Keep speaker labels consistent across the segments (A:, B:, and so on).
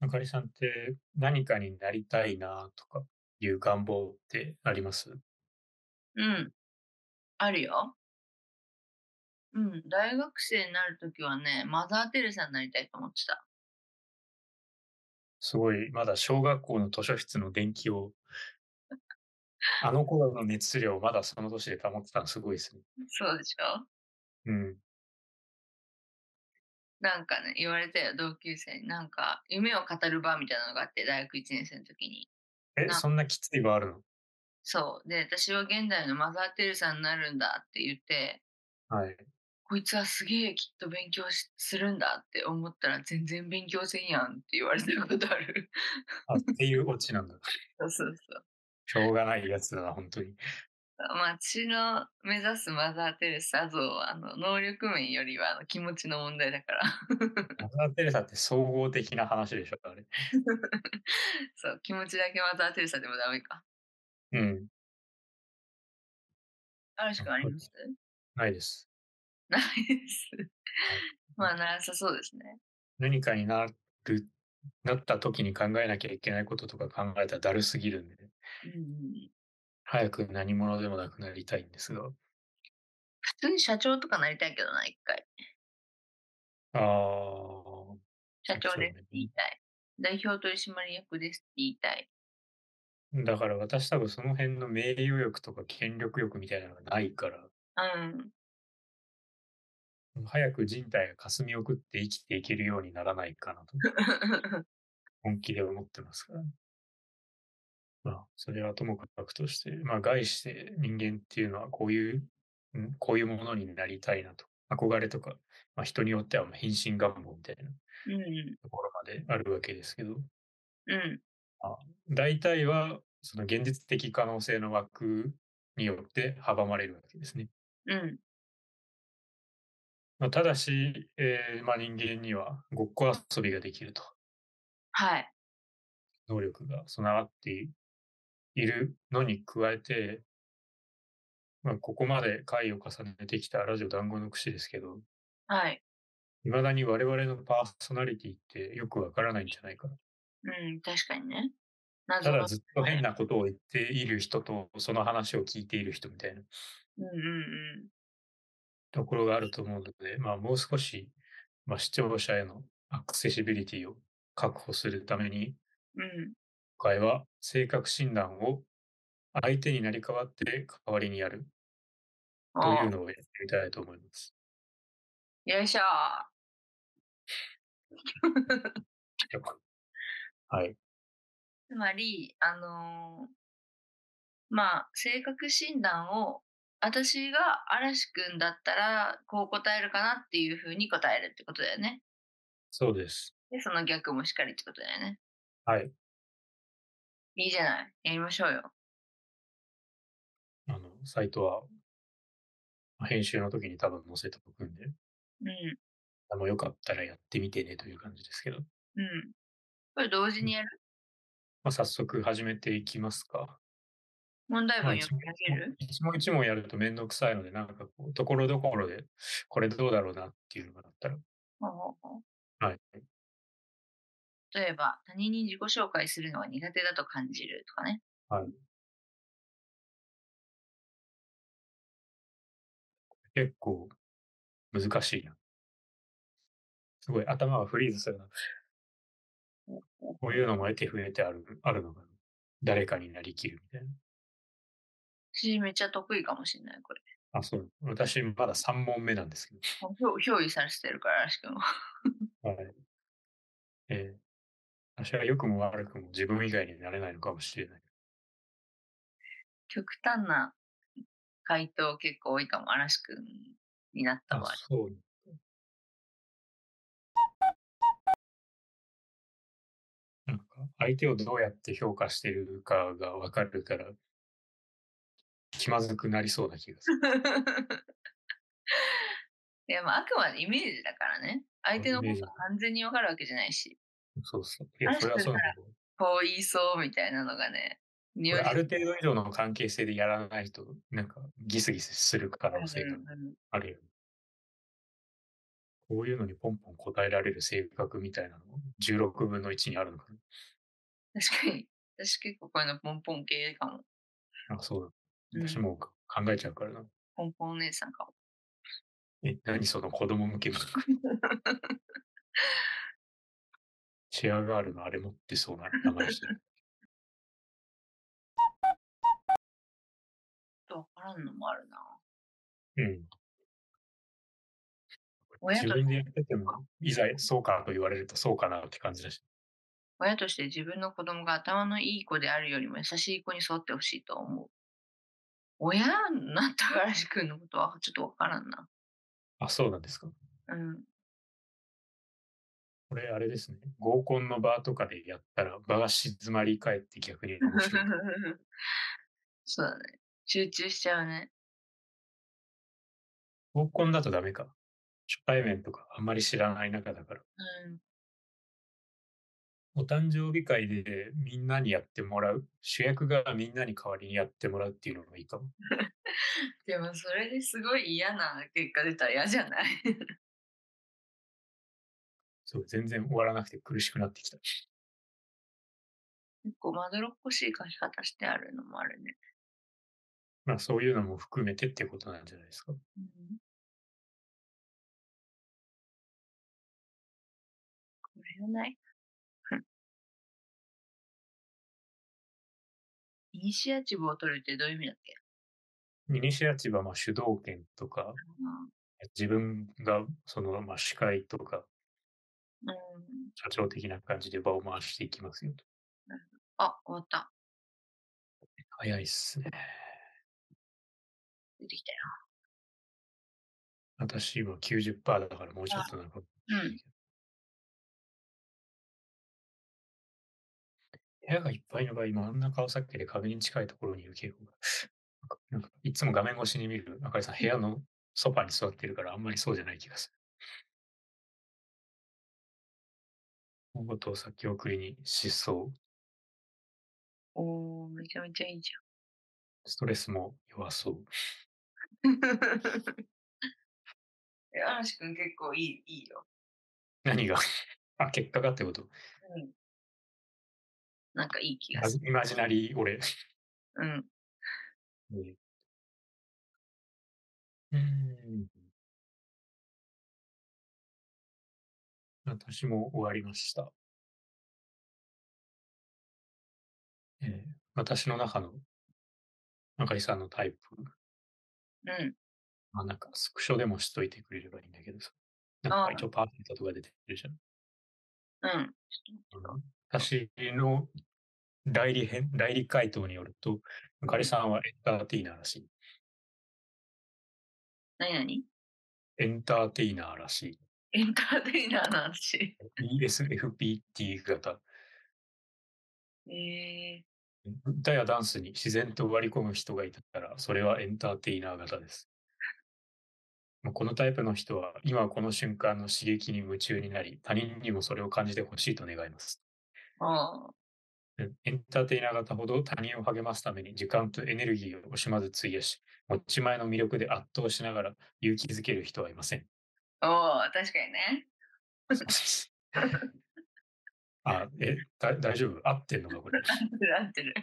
A: あかりさんって何かになりたいなとかいう願望ってあります
B: うん、あるよ。うん、大学生になるときはね、マザー・テレサになりたいと思ってた。
A: すごい、まだ小学校の図書室の電気を、 あの頃の熱量をまだその年で保ってたのすごいですね。
B: そうでしょ
A: うん。
B: なんかね、言われたよ、同級生に。なんか、夢を語る場みたいなのがあって、大学1年生の時に。
A: え、
B: な
A: そんなきついはあるの
B: そう。で、私は現代のマザー・テレサになるんだって言って、
A: はい。
B: こいつはすげえきっと勉強しするんだって思ったら全然勉強せんやんって言われたことある。
A: あ、っていうオチなんだ。
B: そうそうそう。
A: しょうがないやつだな、本当に。
B: まあ、私の目指すマザー・テレサ像はあの能力面よりはあの気持ちの問題だから
A: マザー・テレサって総合的な話でしょ、あれ。
B: そう気持ちだけマザー・テレサでもダメか
A: うん。
B: あるしかあります
A: ないです。
B: ないです
A: はい
B: まあなさそうですね
A: 何かになる、なった時に考えなきゃいけないこととか考えたらだるすぎるんで、
B: うんうんうん
A: 早く何者でもなくなりたいんですが。
B: 普通に社長とかなりたいけどな一回
A: ああ、
B: 社長
A: そう
B: ですって言い
A: ね。
B: たい代表取締役ですって言いたい
A: だから私多分その辺の名誉欲とか権力欲みたいなのがないから、
B: うん
A: 早く人体が霞を食って生きていけるようにならないかなと本気で思ってますから、ね。まあ、それはともかくとして、まあ、概して人間っていうのはこういう、んこういうものになりたいなと。憧れとか、まあ、人によってはまあ変身願望みたいな
B: うん
A: ところまであるわけですけど、
B: うん
A: まあ、大体はその現実的可能性の枠によって阻まれるわけですね。
B: うん
A: まあ、ただし、えーまあ、人間にはごっこ遊びができると。
B: はい
A: 能力が備わっているのに加えて、まあ、ここまで回を重ねてきたラジオ団子の櫛ですけど、
B: はい
A: いまだに我々のパーソナリティってよくわからないんじゃないかな。
B: うん確かにね
A: た
B: 謎
A: だ
B: の
A: ずっと変
B: ね
A: なことを言っている人と、その話を聞いている人みたいな
B: うんうんうん
A: ところがあると思うので、まあ、もう少し、まあ、視聴者へのアクセシビリティを確保するために、
B: うん
A: 今回は性格診断を相手になり代わって代わりにやるとい
B: お
A: う
B: う
A: のをやってみたいと思います。
B: よいしょ
A: はい。
B: つまりあのーまあ性格診断を私が嵐くんだったらこう答えるかなっていうふうに答えるってことだよね。
A: そうです。
B: でその逆もしっかりってことだよね。
A: はい。
B: いいじゃないやりましょうよ。
A: あの、サイトはまあ編集の時に多分載せておくんで、
B: うん
A: あの、よかったらやってみてねという感じですけど、
B: うん。これ同時
A: うん
B: にやる
A: まあ、早速始めていきますか。
B: 問題
A: まあ、
B: 文
A: 一
B: 読
A: 問
B: み上げる
A: 一問一問やるとめんどくさいので、なんかこう、ところどころで、これどうだろうなっていうのがあったら、
B: ほうほうほう
A: はい。
B: 例えば他人に自己紹介するのが苦手だと感じるとかね。
A: はい。結構難しいな。すごい頭がフリーズするな。こういうのも得て増えてある、あるのが、誰かになりきるみたいな。
B: 私めっちゃ得意かもしれないこれ。
A: あ、そう。私、まだ3問目なんですけど。
B: もうひょ憑依されてるから嵐くんは。
A: はい。えー私は良くも悪くも自分以外になれないのかもしれない。
B: 極端な回答結構多いかも嵐くんになった
A: あ、
B: 場合。
A: そう。なんか、相手をどうやって評価してるかがわかるから、気まずくなりそうな気がする。
B: いや、まあ、あくま でイメージだからね。相手
A: イ
B: のこ
A: メー
B: と
A: ジ。
B: が完全にわかるわけじゃないし、
A: そうそう。いや、
B: あ
A: それは
B: くん
A: そう
B: な
A: なんだ
B: ら
A: けど、
B: こう言いそうみたいなのがね、
A: こ
B: 匂い
A: れ
B: し
A: ある程度以上の関係性でやらないと、なんかギスギスする可能性が
B: うんうん
A: あるよね。こういうのにポンポン答えられる性格みたいなのも16分の1にあるのかな。
B: 確かに。私結構こういうのポンポン系かも。
A: なんかそう
B: う
A: だ。
B: ん
A: 私も考えちゃうからな。
B: ポンポンお姉さんかも。
A: え、何その子供向けのチェアガールのあれ持ってそうな名前してる。
B: ちょっとわからんのもあるな。
A: うん。
B: 親
A: 自
B: と
A: 分でやってても、いざそうかと言われるとそうかなって感じだし。
B: 親として自分の子供が頭のいい子であるよりも優しい子に育ってほしいと思う。親になったからしくんのことはちょっとわからんな。
A: あ、そうなんですか。
B: うん。
A: これあれですね。合コンの場とかでやったら場が静まり返って逆に面 白い。
B: そうだね。集中しちゃうね。
A: 合コンだとダメか。初対面とかあんまり知らない中だから。
B: うん。
A: お誕生日会でみんなにやってもらう。主役がみんなに代わりにやってもらうっていうのがいいかも。
B: でもそれですごい嫌な結果出たら嫌じゃない
A: そう、全然終わらなくて苦しくなってきた。
B: 結構まどろっこしい書き方してあるのもあるね。
A: まあそういうのも含めてってことなんじゃないですか。
B: うんこれはない。イニシアチブを取るってどういう意味だっけ
A: イニシアチブはまあ主導権とか、自分がそのまあ司会とか
B: うん。
A: 社長的な感じで場を回していきますよと。
B: あ、終わった。
A: 早いっすね。
B: 出てきたよ。
A: 私今90%だからもうちょっとなのかもしれないけど部屋がいっぱいの場合、真ん中を避けて壁に近いところにいる傾向が。なんかいつも画面越しに見る、あかりさん、部屋のソファに座ってるから、あんまりそうじゃない気がする。大事を先送りに失踪、
B: おー、めちゃめちゃいいじ
A: ストレスも弱そう。
B: ゃん。 え、嵐くん結構いい、いいよ。
A: 何が あ、結果がってこと
B: うん。なんかいい気
A: イ
B: が
A: マ
B: す
A: ジ
B: る。
A: イマジナリー俺。
B: うん。
A: ねうん。私も終わりました。えー私の中の中井さんのタイプ、
B: うん。
A: まあ、なんかスクショでもしといてくれればいいんだけどさ。
B: あ
A: なん
B: あ
A: か一応パーセントとか出てるじゃん。
B: うん。
A: うん私の代理編、代理回答によると、ゆかりさんはエンターテイナーらしい。
B: なになに
A: エンターテイナーらしい。
B: エンターテイナーなんし。
A: ESFPT 型。
B: え
A: 歌やダンスに自然と割り込む人がいたら、それはエンターテイナー型です。まあこのタイプの人は、今この瞬間の刺激に夢中になり、他人にもそれを感じてほしいと願います。
B: ー、ああ。
A: うんエンターテイナー型ほど他人を励ますために時間とエネルギーを惜しまず費やし、持ち前の魅力で圧倒しながら勇気づける人はいません。
B: おー、確かにね。
A: あ、え、だ大丈夫合ってんのかこれ。
B: 合ってる。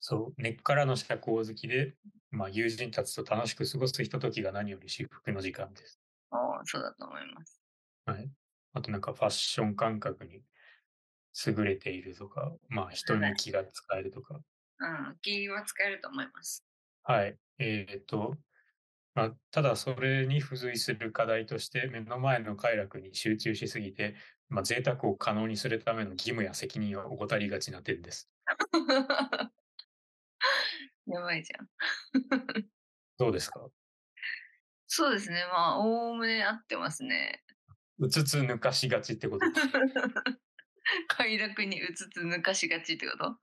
A: そう、根っからの社交好きで、まあ、友人たちと楽しく過ごすひとときが何より至福の時間です。
B: おー、そうだと思います。
A: はい。あとなんかファッション感覚に優れているとか、まあ、人に気が使えるとか。
B: うん、気は使えると思います。
A: はい。えーっと、まあ、ただそれに付随する課題として、目の前の快楽に集中しすぎて、まあ、贅沢を可能にするための義務や責任を怠りがちな点です。
B: やばいじゃん。
A: どうですか
B: そうですね。まあ、おおむね合ってますね。
A: うつつ抜かしがちってこと
B: 快楽にうつつ抜かしがちってこと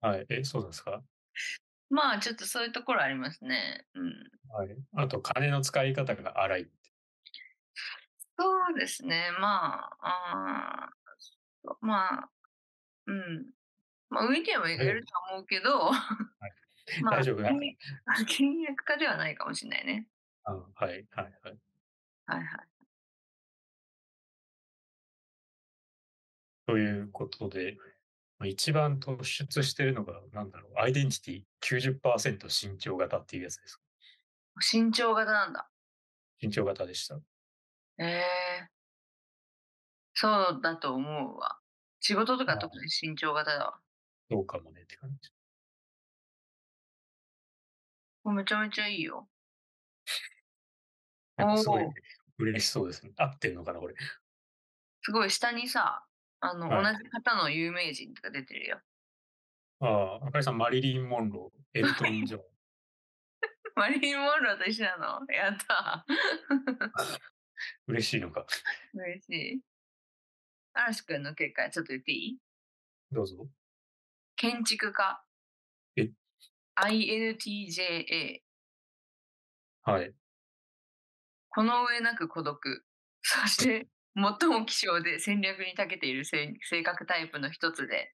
A: はい。え、そうなんですか
B: まあ、ちょっとそういうところありますね。うん。
A: はい、あと、金の使い方が荒い。
B: そうですね。まあ、あーそうまあ、うん。まあ、ウィリアムはいけると思うけど、 まあ、
A: 大丈夫な
B: 倹約倹約家ではないかもしれないね。
A: あはい、はい、はい。
B: はいはい。
A: ということで、まあ一番突出してるのが、なんだろう、アイデンティティ90%身長型っていうやつです。
B: 身長型なんだ。
A: 身長型でした。
B: ええそうだと思うわ。仕事とか特に身長型だわ。
A: どうかもねって感じ。
B: もうめちゃめちゃいいよ。
A: なんかすごい
B: おー
A: 嬉しそうですね。合ってるのかな、これ。
B: すごい下にさ、あの、
A: はい
B: 同じ方の有名人とか出てるよ。
A: ああ、あかりさん、マリリン・モンロー、エルトン・ジョ ン。
B: マリリン・モンローと一緒なのやった。
A: 嬉しいのか。
B: 嬉しい。嵐くんの結果ちょっと言っていい
A: どうぞ。
B: 建築家。
A: え
B: ?INTJA。
A: はい。
B: この上なく孤独。 そして、最も希少で戦略に長けている性性格タイプの一つで、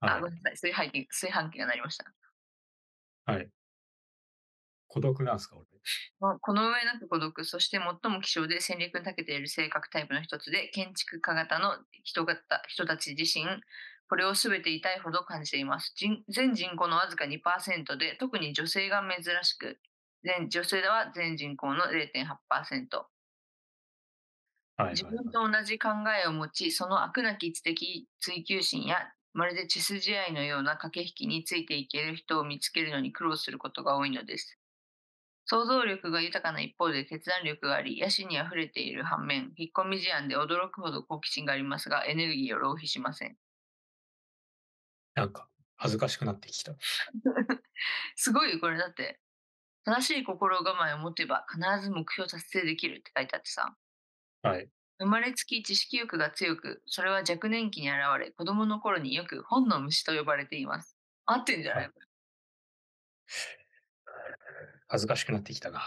B: あ、
A: はい
B: ごめんなさい、炊飯器、炊飯器がなりました。
A: 孤独なんですか、俺。
B: まあこの上なく孤独、そして最も希少で戦略に長けている性格タイプの一つで、建築家型の人型人たち自身、これを全て痛いほど感じています。人全人口のわずか2%で、特に女性が珍しく、全女性では全人口の
A: は
B: 0.8%。
A: いはい
B: 自
A: はい、
B: 分と同じ考えを持ち、その悪なき知的追求心や、まるで血筋合いのような駆け引きについていける人を見つけるのに苦労することが多いのです。想像力が豊かな一方で決断力があり、野心にあふれている反面、引っ込み思案で驚くほど好奇心がありますが、エネルギーを浪費しません。
A: なんか、恥ずかしくなってきた。
B: すごいよ、これだって。正しい心構えを持てば必ず目標達成できるって書いてあってさ。
A: はい。
B: 生まれつき知識欲が強く、それは若年期に現れ、子供の頃によく本の虫と呼ばれています。合ってんじゃない、
A: は恥ずかしくなってきたな。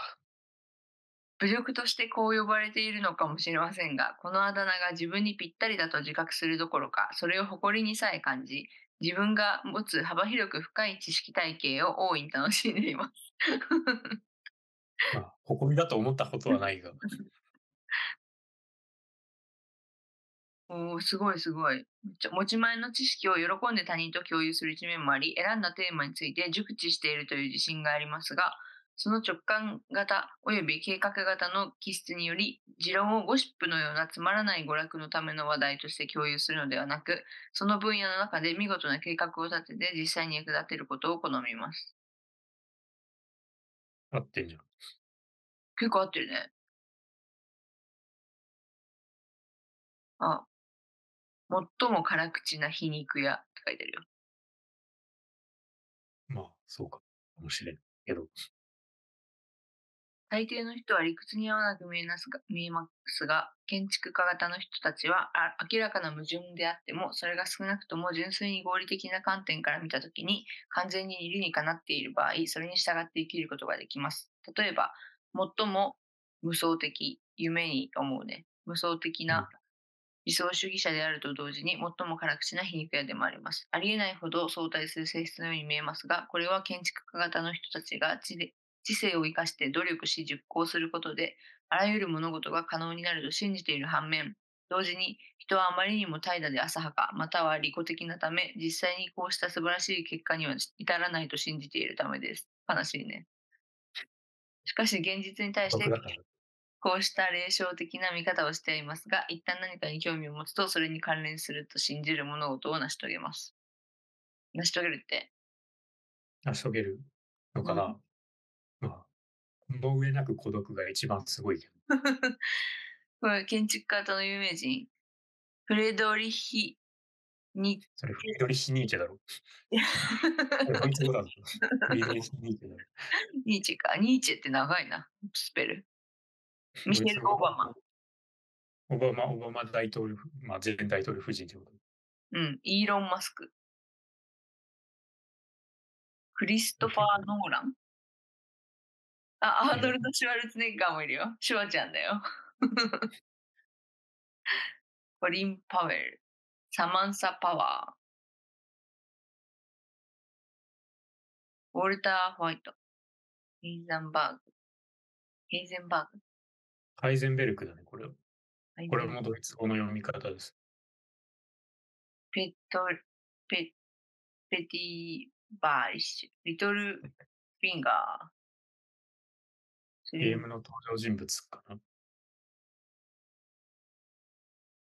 B: 侮辱としてこう呼ばれているのかもしれませんが、このあだ名が自分にぴったりだと自覚するどころか、それを誇りにさえ感じ、自分が持つ幅広く深い知識体系を大いに楽しんでいます。
A: まあ、誇りだと思ったことはないが。
B: おーすごいすごい。めっちゃ持ち前の知識を喜んで他人と共有する一面もあり、選んだテーマについて熟知しているという自信がありますが、その直感型及び計画型の気質により、持論をゴシップのようなつまらない娯楽のための話題として共有するのではなく、その分野の中で見事な計画を立てて実際に役立てることを好みます。
A: 合ってんじゃん。
B: 結構合ってるね。あ、最も辛口な皮肉屋って書いてあるよ。
A: まあ、そうか。もしれんけど。
B: 大抵の人は理屈に合わなく見えますが見えますが建築家型の人たちはあ明らかな矛盾であってもそれが少なくとも純粋に合理的な観点から見た時に完全に理にかなっている場合それに従って生きることができます例えば最も無双的夢に思うね無双的
A: うん
B: な理想主義者であると同時に最も辛口な皮肉屋でもあります。ありえないほど相対する性質のように見えますが、これは建築家型の人たちが知で知性を生かして努力し実行することで、あらゆる物事が可能になると信じている反面、同時に人はあまりにも怠惰で浅はか、または利己的なため、実際にこうした素晴らしい結果には至らないと信じているためです。悲しいね。しかし現実に対して
A: 僕だから。
B: こうした霊障的な見方をしていますが、一旦何かに興味を持つと、それに関連すると信じる物事を成し遂げます。成し遂げるって。
A: 成し遂げるのかな。まあ、この上なく孤独が一番すごいけど。
B: これ建築家との有名人、フレドリヒ・ニ
A: それ、フリードリヒ・ニーチェだろ。これドイツ語だろフリードリヒ・ニー チェだろ。
B: ニーチェか。ニーチェって長いな、スペル。ミシェ
A: ドイ
B: ル
A: ツ語
B: オバマ。
A: オバマ、オバマ大統領、まあ、前大統領夫人ってこと。
B: うん、イーロン・マスク。クリストファー・ノーラン。あ、アードルド・シュワルツェネッガーもいるよ。シュワちゃんだよ。 コリン・パウエル。サマンサ・パワー。ウォルター・ホワイト。ヘイゼンバーグ。ヘイゼンバーグ。
A: ハイゼンベルクだね、これは。これ
B: ハイゼン
A: もドイツ語の読み方です。
B: ペット、ペ、ペティバーリッシュ、リトルフィンガー。それ
A: ゲームの登場人物かな。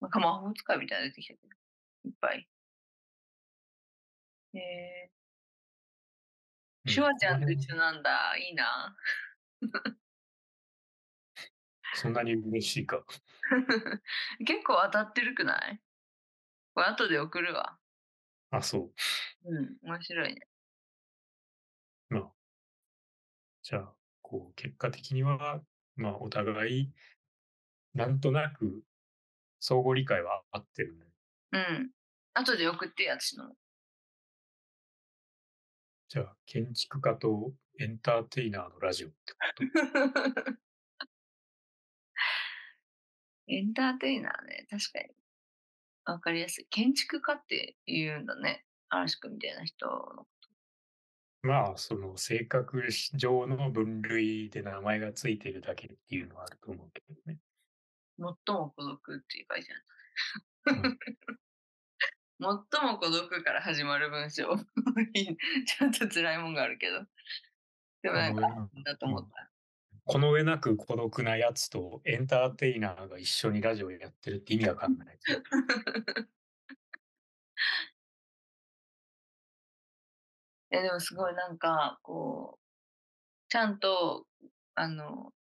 B: なんか魔法使いみたいなの出てきたけど、いっぱい。え
A: う
B: ー、シュワちゃんと
A: この
B: 一緒なんだ。いいな。
A: 辺そんなに嬉しいか。
B: 結構当たってるくないこれ後で送るわ。
A: あ、そう。
B: うん、面白いね。
A: まあ、じゃあ、こう、結果的には、まあ、お互い、なんとなく、相互理解は合ってるね。
B: うん。後で送ってやつの。
A: じゃあ、建築家とエンターテイナーのラジオってこと。
B: エンターテイナーね、確かに。わかりやすい。建築家って言うんだね。嵐くんみたいな人の。
A: まあ、その性格上の分類で名前がついてるだけっていうのはあると思うけどね。
B: 最も孤独っていう書いてあ
A: う
B: る。最も孤独から始まる文章。 ちょっと辛いもんがあるけど。で もなんか、
A: あの
B: だと思った。
A: この上なく孤独なやつとエンターテイナーが一緒にラジオやってるって意味わかんない。
B: えでもすごいなんかこうちゃんとあの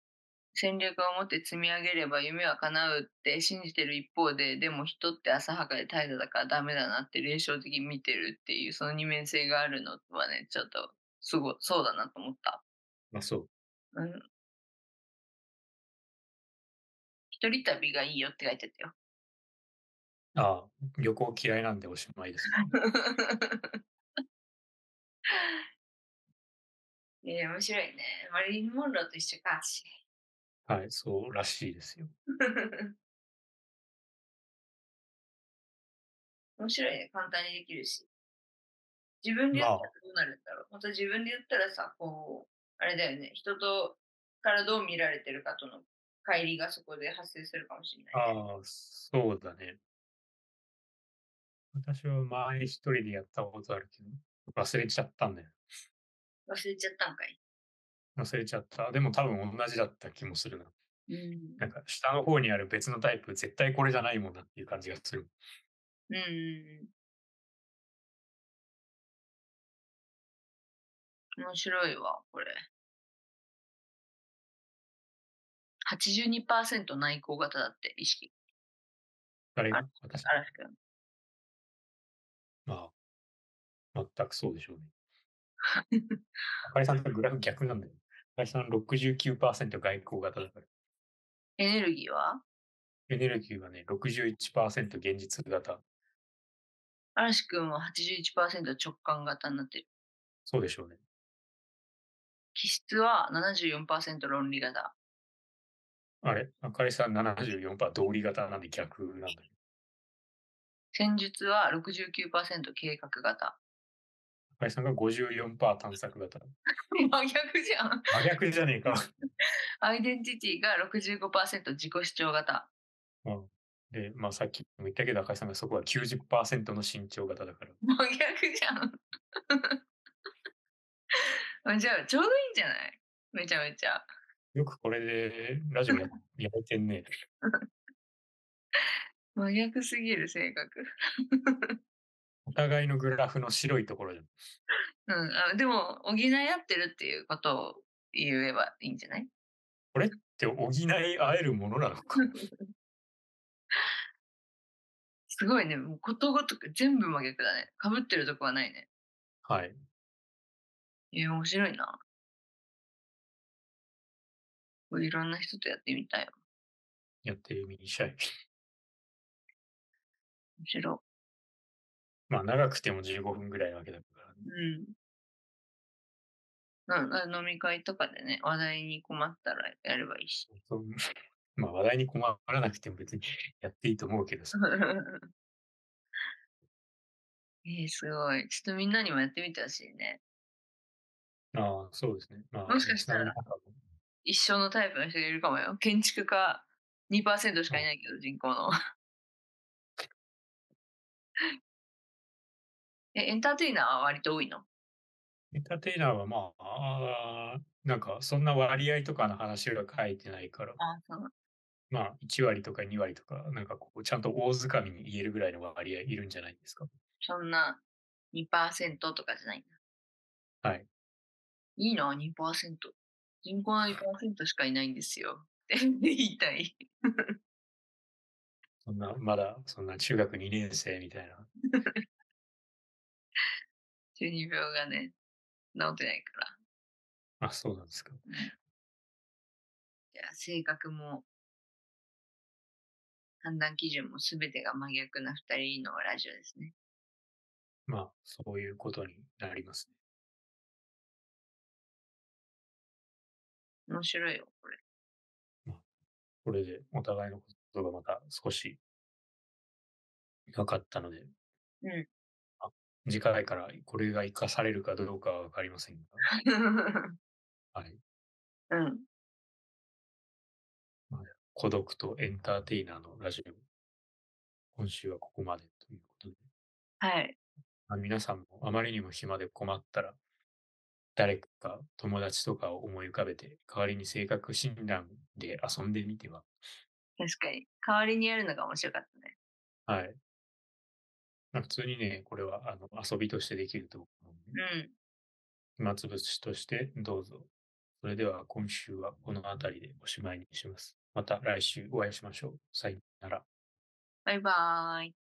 B: 戦略を持って積み上げれば夢は叶うって信じてる一方ででも人って浅はかで怠惰だからダメだなって冷笑的に見てるっていうその二面性があるのはねちょっとすごいそうだなと思った。
A: まあそう。
B: うん一人旅がいいよって書いてあったよ。
A: あ あ、旅行嫌いなんでおしまいです。
B: えー、面白いね。マリリン・モンローと一緒か。私
A: はい、そうらしいですよ。
B: 面白いね。簡単にできるし。自分でやったらどうなるんだろう。また自分で言ったらさ、こう、あれだよね。人と、からどう見られてるかとの乖離がそこで発生するかもしれない、ね。
A: ああ、そうだね。私は前一人でやったことあるけど、忘れちゃったんだよ。
B: 忘れちゃったんかい。
A: 忘れちゃった。でも多分同じだった気もするな。
B: うん
A: なんか下の方にある別のタイプ、絶対これじゃないもんなっていう感じがする。
B: うん。面白いわ、これ。82%内向型だって、意識。
A: 誰
B: あ
A: が私
B: 嵐くん。
A: まあ、全くそうでしょうね。赤井さんとグラフ逆なんだよ。赤井さん69%外交型だから。
B: エネルギーは
A: エネルギーはね、61%現実型。
B: 嵐くんは81%直感型になってる。
A: そうでしょうね。
B: 気質は74%論理型。
A: あれ、赤井さん74%道理型なんで逆なんだよ。
B: 戦術は69%計画型。
A: 赤井さんが54%探索型。
B: 真逆じゃん。
A: 真逆じゃねえか。
B: アイデンティティが65%自己主張型。
A: うんで、まあさっきも言ったけど、赤井さんがそこは90%の身長型だから。
B: 真逆じゃん。じゃ あちょうどいいんじゃないめちゃめちゃ。
A: よくこれでラジオ ややれてんね。
B: 真逆すぎる性格。
A: お互いのグラフの白いところじゃん。
B: うん、あでも補い合ってるっていうことを言えばいいんじゃない
A: って補い合えるものなのか。
B: すごいね。もうことごとく全部真逆だね。かぶってるとこはないね。
A: はい。
B: えー、面白いな。これいろんな人とやってみたいわ。
A: やってみにしたい。
B: 面白い。
A: まあ長くても15分ぐらいなわけだから、ね。
B: うん。なな飲み会とかでね、話題に困ったらやればいいし。
A: そう まあ話題に困らなくても別にやっていいと思うけどさ。
B: えー、すごい。ちょっとみんなにもやってみてほしいね。
A: ああ、そうですね。まあ、
B: もしかしたら
A: リスナーの中も
B: 一生のタイプの人がいるかもよ。建築家2%しかいないけど、人口の。 え、エンターテイナーは割と多いの
A: エンターテイナーはまあ、あーなんかそんな割合とかの話が書いてないから、
B: あそう
A: まあ1割とか2割とか、なんかこうちゃんと大掴みに言えるぐらいの割合いるんじゃないですか。
B: そんな2%とかじゃないんだ。
A: はい。
B: いいな、2%。人口の2%しかいないんですよ。って言いたい。
A: そんな、まだそんな中学2年生みたいな。
B: 中二病がね、治ってないから。
A: あ、そうなんですか。
B: じゃあ性格も判断基準も全てが真逆な2人のラジオですね。
A: まあ、そういうことになりますね。
B: 面白いよ、これ。
A: これでお互いのことがまた少し分かったので、
B: うん
A: あ次回からこれが活かされるかどうかは分かりませんが、はい、
B: うん。
A: 孤独とエンターテイナーのラジオ、今週はここまでということで、
B: はい。
A: まあ、皆さんもあまりにも暇で困ったら、誰か友達とかを思い浮かべて、代わりに性格診断で遊んでみては、
B: 確かに。代わりにやるのが面白かったね。
A: はい。まあ普通にね、これはあの遊びとしてできると思うので、
B: うん。
A: 暇つぶしとしてどうぞ。それでは今週はこの辺りでおしまいにします。また来週お会いしましょう。さよなら。
B: バイバーイ。